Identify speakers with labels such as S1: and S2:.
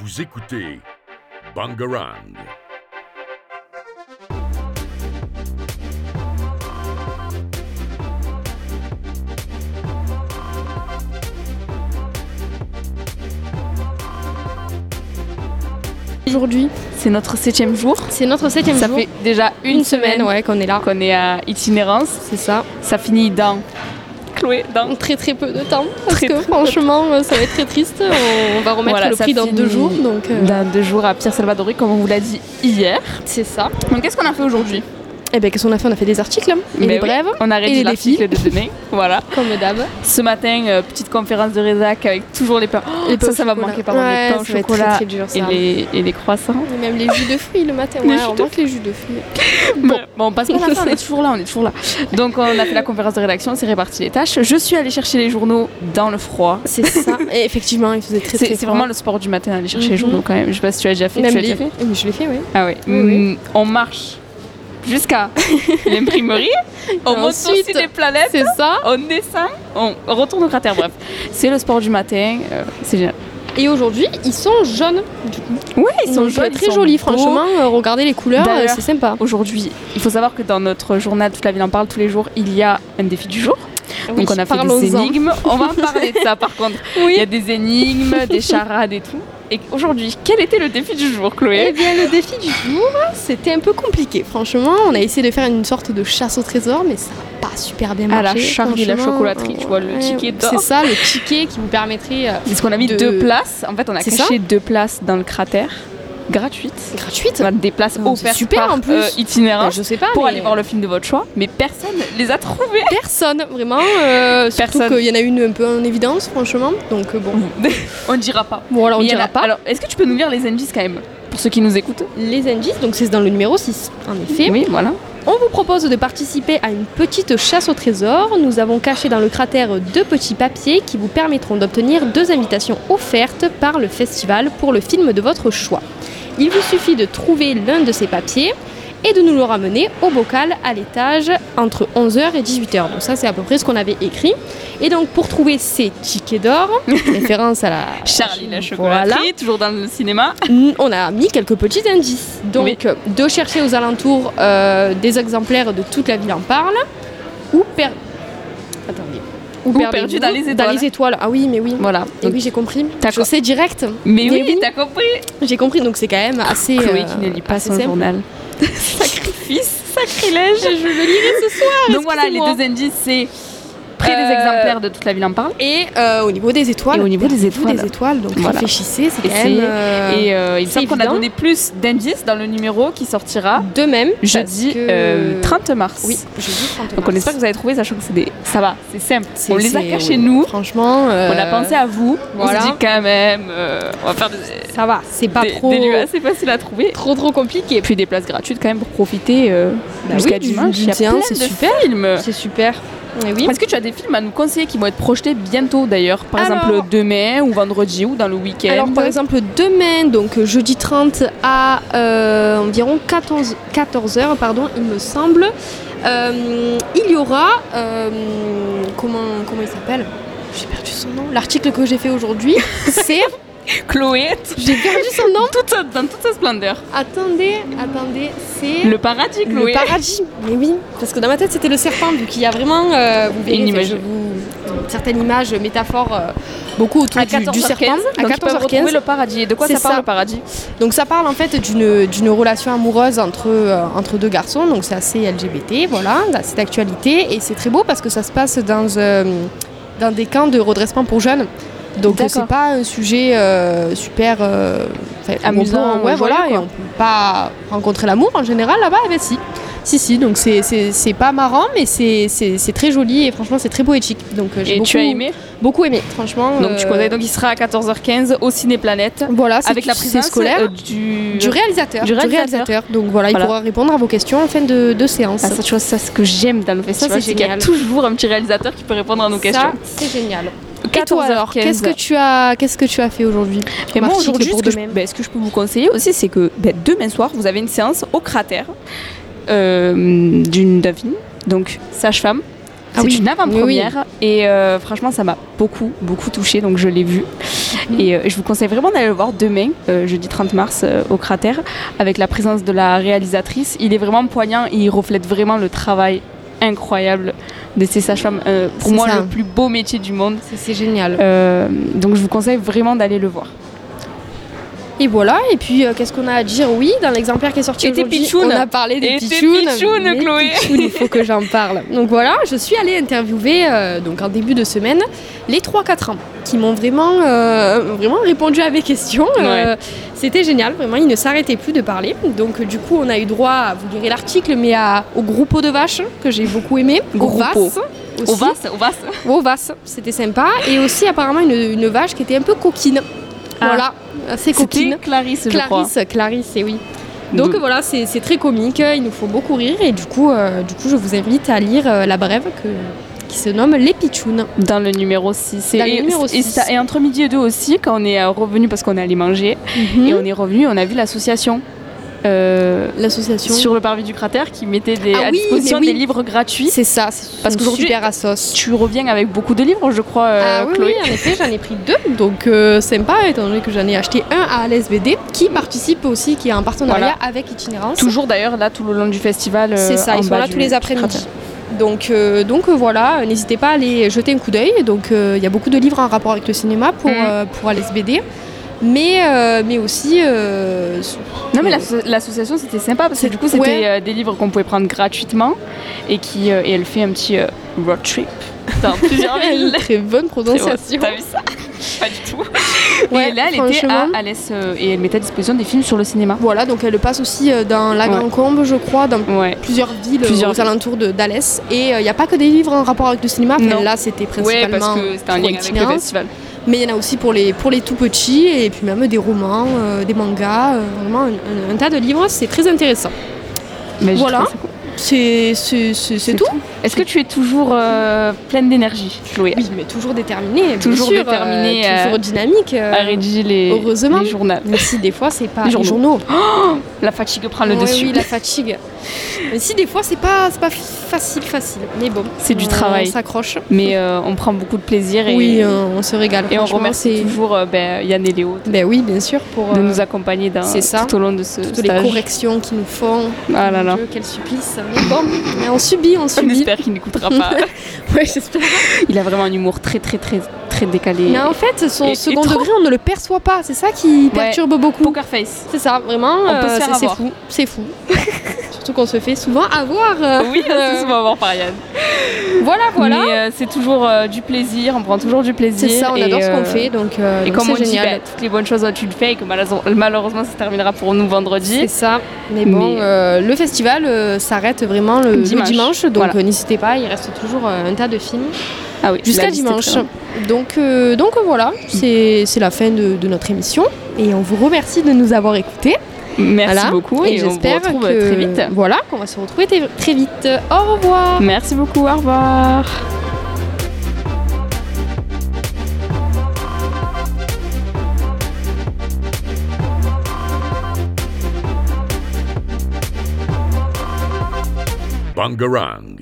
S1: Vous écoutez Bangarang.
S2: Aujourd'hui,
S3: C'est notre septième jour.
S2: c'est notre septième
S3: Ça
S2: jour.
S3: fait déjà une, semaine,
S2: ouais, qu'on est là.
S3: qu'on est à itinérance.
S2: C'est ça.
S3: Ça finit dans. Chloé, dans.
S2: En très très peu de temps. Parce
S3: Très,
S2: que
S3: très peu.
S2: franchement, euh, ça va être très triste. On, on va remettre
S3: Voilà,
S2: le
S3: ça
S2: prix dans
S3: finit
S2: deux jours. Donc euh,
S3: Dans deux jours à Pierre Salvadori, comme on vous l'a dit hier.
S2: c'est ça.
S3: Donc, qu'est-ce qu'on a fait aujourd'hui Eh
S2: Et bien qu'est-ce qu'on a fait On a fait des articles. Et
S3: Ben
S2: des
S3: oui,
S2: brèves,
S3: On a
S2: les
S3: rédigé l'article de demain. Voilà.
S2: comme d'hab.
S3: Ce matin, euh, petite conférence de rédac avec toujours les pains. Oh,
S2: Les
S3: ça,
S2: pains au
S3: ça va
S2: chocolat.
S3: manquer, pardon,
S2: Ouais,
S3: les pains au
S2: ça va être
S3: chocolat
S2: très, très dur, ça.
S3: et, les, et les croissants.
S2: Et même les jus de fruits le matin.
S3: Les
S2: ouais,
S3: jus
S2: on
S3: de
S2: manque les jus de fruits.
S3: Bon, bon, on passe pas la fin, on est toujours là, on est toujours là. Donc, on a fait la conférence de rédaction, on s'est réparti les tâches. Je suis allée chercher les journaux dans le froid.
S2: C'est ça. Et effectivement, il faisait très très
S3: C'est c'est
S2: froid.
S3: vraiment le sport du matin, aller chercher les
S2: Mhm.
S3: journaux quand même. Je sais pas si tu l'as déjà fait.
S2: Même
S3: tu l'as
S2: les-
S3: déjà fait
S2: Mais je l'ai fait, oui.
S3: Ah oui.
S2: Oui, oui.
S3: Mm, On marche jusqu'à l'imprimerie, on monte
S2: Ensuite,
S3: aussi des planètes,
S2: C'est ça.
S3: on descend, on retourne au cratère. Bref, c'est le sport du matin, euh, c'est génial.
S2: Et aujourd'hui, ils sont jaunes.
S3: Ouais, ils sont
S2: Donc, euh,
S3: jaunes,
S2: Très
S3: ils sont
S2: jolis,
S3: beaux.
S2: franchement. Euh, Regardez les couleurs, euh,
S3: D'ailleurs-
S2: c'est sympa.
S3: Aujourd'hui, il faut savoir que dans notre journal, toute la ville en parle tous les jours, il y a un défi du jour.
S2: Oui,
S3: Donc on a fait
S2: parlons-en.
S3: des énigmes. On va en parler de ça par contre. Il y a des énigmes, des charades et tout. Et aujourd'hui, quel était le défi du jour,
S2: Eh
S3: Chloé
S2: bien, le défi du jour, c'était un peu compliqué. Franchement, on a essayé de faire une sorte de chasse au trésor, mais ça n'a pas super bien
S3: À
S2: marché.
S3: la charge de la
S2: franchement.
S3: chocolaterie, tu vois, le ticket d'or.
S2: C'est ça, le ticket qui vous permettrait... euh,
S3: Parce qu'on a mis
S2: De-
S3: deux places. En fait, on a
S2: C'est
S3: caché deux places dans le cratère, gratuites.
S2: gratuite
S3: On a des places
S2: Oh, c'est
S3: offertes
S2: super,
S3: par
S2: en plus.
S3: euh, itinérants
S2: Ben, Je sais pas,
S3: pour
S2: mais
S3: aller voir le film de votre choix, mais personne les a trouvés.
S2: personne, vraiment. euh, surtout
S3: Personne.
S2: qu'il y en a une un peu en évidence, franchement. Donc euh, bon,
S3: on ne dira pas.
S2: bon voilà, on
S3: Mais il y en
S2: dira
S3: a-
S2: pas.
S3: Alors, est-ce que tu peux nous lire les indices quand même pour ceux qui nous écoutent
S2: Les indices, donc c'est dans le numéro 6, en effet.
S3: Oui, voilà.
S2: On vous propose de participer à une petite chasse au trésor. Nous avons caché dans le cratère deux petits papiers qui vous permettront d'obtenir deux invitations offertes par le festival pour le film de votre choix. Il vous suffit de trouver l'un de ces papiers et de nous le ramener au bocal à l'étage entre 11h et 18h. Donc ça c'est à peu près ce qu'on avait écrit. Et donc pour trouver ces tickets d'or, référence à la
S3: Charlie la chocolaterie,
S2: Voilà.
S3: toujours dans le cinéma.
S2: Mm, on a mis quelques petits indices. Donc,
S3: Oui.
S2: euh, de chercher aux alentours euh, des exemplaires de toute la ville en parle, ou per- Attendez. Ou,
S3: perdu
S2: perdez-vous
S3: dans les étoiles.
S2: étoiles. Ah oui, mais oui.
S3: Voilà.
S2: Et oui, j'ai compris.
S3: T'as
S2: Je
S3: co-
S2: sais direct.
S3: Mais
S2: Mais
S3: oui,
S2: oui.
S3: t'as compris.
S2: J'ai compris, donc c'est quand même assez.
S3: Chloé
S2: euh,
S3: qui Ah ne lit pas
S2: assez
S3: son
S2: simple.
S3: journal. Sacrifice, sacrilège.
S2: Je le lirai ce soir.
S3: Donc voilà, les
S2: excusez-moi.
S3: deux indices, c'est près des
S2: Euh,
S3: exemplaires de toute la ville en parle.
S2: Et euh, au niveau des étoiles.
S3: Et au niveau des
S2: perdez-vous
S3: étoiles.
S2: des étoiles, donc
S3: Voilà.
S2: réfléchissez, c'est quand
S3: Essayez.
S2: même. euh,
S3: Et euh, il me
S2: c'est
S3: semble qu'on a
S2: évident.
S3: donné plus d'indices dans le numéro qui sortira
S2: De même.
S3: jeudi
S2: parce que-
S3: euh, 30 mars.
S2: Oui, jeudi 30
S3: Donc on
S2: mars.
S3: espère que vous avez trouvé, sachant que c'est des... ça va, c'est simple.
S2: C'est-
S3: On les a
S2: c'est-
S3: cachés
S2: oui.
S3: nous.
S2: Franchement. euh,
S3: On a pensé à vous.
S2: voilà.
S3: On se dit quand même, euh, on va faire des,
S2: Ça va, c'est pas
S3: des-
S2: trop,
S3: des lieux assez faciles à trouver.
S2: trop trop compliqué.
S3: Et puis des places gratuites quand même pour profiter euh,
S2: Bah
S3: jusqu'à
S2: oui, du
S3: dimanche. Il y a
S2: matin,
S3: plein de
S2: c'est super.
S3: films.
S2: C'est super. Mais oui.
S3: Est-ce que tu as des films à nous conseiller qui vont être projetés bientôt d'ailleurs Par
S2: Alors-
S3: exemple demain ou vendredi ou dans le week-end
S2: Alors par exemple demain, donc jeudi 30 à euh, environ 14, 14h, pardon, il me semble, euh, il y aura, euh, comment, comment il s'appelle J'ai perdu son nom. L'article que j'ai fait aujourd'hui, c'est...
S3: Chloé,
S2: J'ai perdu son nom
S3: toute sa- dans toute sa splendeur.
S2: Attendez, attendez, c'est...
S3: Le paradis,
S2: Le
S3: Chloé.
S2: paradis, mais oui, parce que dans ma tête c'était le serpent, vu qu'il y a vraiment euh, vous verrez,
S3: Une image.
S2: je vous- une certaine image, métaphore, euh, beaucoup autour
S3: à
S2: du,
S3: 14h15,
S2: du serpent. À
S3: donc ils peuvent
S2: 14h15.
S3: retrouver le paradis. Et de quoi
S2: C'est
S3: ça parle
S2: ça.
S3: le paradis
S2: Donc ça parle en fait d'une d'une relation amoureuse entre, euh, entre deux garçons, donc c'est assez LGBT, voilà, c'est d'actualité, et c'est très beau parce que ça se passe dans, euh, dans des camps de redressement pour jeunes. Donc euh,
S3: D'accord.
S2: c'est pas un sujet euh, super euh, enfin, où on
S3: Amusant,
S2: peut-
S3: joyeux,
S2: ouais, voilà,
S3: quoi.
S2: et on peut pas rencontrer l'amour en général là-bas, eh ben si. Si, si, donc c'est- c'est c'est pas marrant, mais c'est- c'est c'est très joli et franchement c'est très poétique. Donc euh, j'ai
S3: Et
S2: beaucoup,
S3: tu as aimé
S2: Beaucoup aimé, franchement.
S3: Donc tu
S2: euh,
S3: connais. Donc il sera à 14h15 au Cinéplanète
S2: Voilà, c'est-
S3: avec la
S2: c'est
S3: présence
S2: scolaire.
S3: euh, du.
S2: Du réalisateur.
S3: Du
S2: Du réalisateur.
S3: réalisateur.
S2: Donc voilà,
S3: Voilà.
S2: il pourra répondre à vos questions en fin de, de séance.
S3: Ah, ça, tu vois, ça, ce que j'aime dans le festival,
S2: c'est
S3: c'est qu'il y a
S2: génial.
S3: toujours un petit réalisateur qui peut répondre à nos questions.
S2: Ça, c'est génial. Et
S3: 14h15.
S2: toi alors, qu'est-ce que tu as, qu'est-ce que tu as fait aujourd'hui
S3: Et
S2: comme
S3: moi
S2: article
S3: aujourd'hui,
S2: pour
S3: ce, que je-
S2: demain
S3: ben, ce que je peux vous conseiller aussi, c'est que ben, demain soir, vous avez une séance au cratère euh, d'une d'un film, donc Sage Femme.
S2: Ah
S3: c'est
S2: oui.
S3: une avant-première et euh, franchement ça m'a beaucoup beaucoup touché donc je l'ai vu
S2: Mhm.
S3: et euh, je vous conseille vraiment d'aller le voir demain euh, jeudi 30 mars euh, au cratère avec la présence de la réalisatrice il est vraiment poignant et il reflète vraiment le travail incroyable de ces sages-femmes Euh, pour
S2: C'est
S3: moi
S2: ça.
S3: le plus beau métier du monde
S2: C'est- C'est génial.
S3: Euh, donc je vous conseille vraiment d'aller le voir
S2: Et voilà, et puis euh, qu'est-ce qu'on a à dire Oui, dans l'exemplaire qui est sorti
S3: Et tes
S2: aujourd'hui,
S3: pitchounes.
S2: on a parlé des
S3: Et tes
S2: pitchounes.
S3: pitchounes,
S2: Les
S3: Chloé.
S2: pitchounes, il faut que j'en parle. Donc voilà, je suis allée interviewer, euh, donc en début de semaine, les 3-4 ans, qui m'ont vraiment, euh, vraiment répondu à mes questions. Euh, C'était génial, vraiment, ils ne s'arrêtaient plus de parler. Donc euh, du coup, on a eu droit, à, vous lirez l'article, mais à, au groupe de vaches, que j'ai beaucoup aimé.
S3: Groupo.
S2: Au Vas aussi.
S3: au vas au vas
S2: Au Vas, c'était sympa. Et aussi, apparemment, une, une vache qui était un peu coquine.
S3: Ah.
S2: Voilà, assez coquine.
S3: C'était Clarisse je crois
S2: Clarisse, Clarisse, et oui. Donc
S3: De-
S2: voilà, c'est c'est très comique, il nous faut beaucoup rire et du coup, euh, du coup je vous invite à lire euh, la brève que- qui se nomme Les Pitchounes.
S3: Dans le numéro 6.
S2: Dans le
S3: et,
S2: numéro
S3: et
S2: six.
S3: ça- et entre midi et deux aussi, quand on est euh, revenu, parce qu'on est allé manger, et
S2: Hmm.
S3: on est revenu, on a vu l'association. euh,
S2: L'association.
S3: sur le parvis du cratère qui mettait des,
S2: Ah
S3: à
S2: oui,
S3: disposition
S2: mais oui.
S3: des livres gratuits.
S2: C'est ça, c'est
S3: Parce
S2: une
S3: qu'aujourd'hui-
S2: super assos.
S3: Tu reviens avec beaucoup de livres, je crois, euh,
S2: ah oui,
S3: Chloé.
S2: oui, en effet, j'en ai pris deux, donc euh, sympa, étant donné que j'en ai acheté un à l'SBD qui participe aussi, qui est en partenariat avec Itinérance.
S3: Toujours d'ailleurs, là, tout le long du festival. euh,
S2: C'est ça,
S3: en
S2: ils sont
S3: bas
S2: là
S3: du-
S2: tous les
S3: du
S2: après-midi.
S3: cratère.
S2: Donc, euh, donc euh, voilà, euh, n'hésitez pas à aller jeter un coup d'œil. Donc euh, il y a beaucoup de livres en rapport avec le cinéma pour,
S3: Mm.
S2: euh, pour l'SBD. Mais, euh, mais aussi. euh, s-
S3: Non, mais l'asso- l'association, c'était sympa parce que du coup, c'était
S2: Ouais.
S3: euh, des livres qu'on pouvait prendre gratuitement et, qui, euh, et elle fait un petit euh, road trip dans plusieurs villes.
S2: très bonne prononciation.
S3: T'as vu ça Pas du tout.
S2: Ouais,
S3: et là, elle était à
S2: franchement.
S3: Alès euh, et elle mettait à disposition des films sur le cinéma.
S2: Voilà, donc elle passe aussi euh, dans la
S3: Ouais.
S2: Grand Combe, je crois, dans
S3: Ouais.
S2: plusieurs villes euh,
S3: Plusieurs
S2: aux
S3: villes.
S2: alentours de- d'Alès. Et euh, il n'y a pas que des livres en rapport avec le cinéma. Enfin,
S3: Non.
S2: Là, c'était
S3: Ouais,
S2: principalement.
S3: parce que c'était un
S2: pour
S3: lien avec le
S2: l'itinérance.
S3: festival.
S2: Mais il y en a aussi pour les, pour les tout petits, et puis même des romans, euh, des mangas, euh, vraiment un- un- un tas de livres. C'est très intéressant.
S3: Mais j'ai
S2: Voilà.
S3: trouvé ça cool.
S2: C'est c'est- c'est- c'est
S3: C'est
S2: tout.
S3: Est-ce que tu es toujours euh, pleine d'énergie, Euh, Chloé
S2: Oui, mais toujours déterminée. bien
S3: Toujours
S2: sûr,
S3: déterminée,
S2: euh,
S3: euh,
S2: toujours dynamique. euh,
S3: À rédiger les,
S2: heureusement.
S3: les journaux.
S2: Même si des fois c'est pas
S3: Les journaux. La fatigue prend le
S2: Ouais,
S3: dessus.
S2: oui, la fatigue. Même si des fois c'est pas c'est pas facile facile. Mais bon,
S3: C'est du
S2: on
S3: travail.
S2: s'accroche.
S3: Mais euh, on prend beaucoup de plaisir et,
S2: euh, Oui, euh, on se régale.
S3: et on
S2: franchement,
S3: remercie
S2: c'est-
S3: toujours euh, ben, Yann et Léo de,
S2: Ben oui, bien sûr pour
S3: de
S2: euh,
S3: nous accompagner dans,
S2: c'est ça.
S3: tout au long de ce
S2: toutes les
S3: stage.
S2: corrections qu'ils nous font.
S3: Ah là
S2: Mon
S3: là.
S2: Dieu, quel supplice. Mais bon, mais on subit, on
S3: On
S2: subit.
S3: espère qu'il n'écoutera pas.
S2: Ouais, j'espère.
S3: Il a vraiment un humour très très très très décalé.
S2: Mais en fait, son
S3: et- et
S2: second
S3: trop.
S2: degré, on ne le perçoit pas. C'est ça qui perturbe beaucoup.
S3: Poker face.
S2: C'est ça, vraiment.
S3: On peut
S2: euh,
S3: se faire
S2: c'est- c'est
S3: avoir.
S2: fou, c'est fou. Surtout qu'on se fait souvent avoir. euh,
S3: Oui, on se souvent voir par Yann.
S2: Voilà, voilà.
S3: Mais euh, c'est toujours euh, du plaisir, on prend toujours du plaisir.
S2: C'est ça, on
S3: et,
S2: adore ce qu'on
S3: euh,
S2: fait, donc euh,
S3: Et
S2: donc
S3: comme on
S2: c'est
S3: dit,
S2: génial.
S3: bah, toutes les bonnes choses ont une fais et que malheureusement malheureusement, ça se terminera pour nous vendredi.
S2: c'est ça. Mais bon,
S3: Mais-
S2: euh, le festival euh, s'arrête vraiment le le dimanche,
S3: Dimanche.
S2: donc
S3: Voilà.
S2: euh, n'hésitez pas, il reste toujours euh, un tas de films
S3: Ah oui, la
S2: jusqu'à
S3: liste est
S2: dimanche.
S3: très longue.
S2: Donc, euh, donc euh, voilà, c'est c'est la fin de, de notre émission et on vous remercie de nous avoir écoutés.
S3: Merci
S2: Voilà.
S3: beaucoup et, on vous
S2: j'espère
S3: retrouve
S2: que-
S3: très vite.
S2: Voilà, qu'on va se retrouver t- très vite. Au revoir.
S3: Merci beaucoup, au revoir.
S1: Bangarang.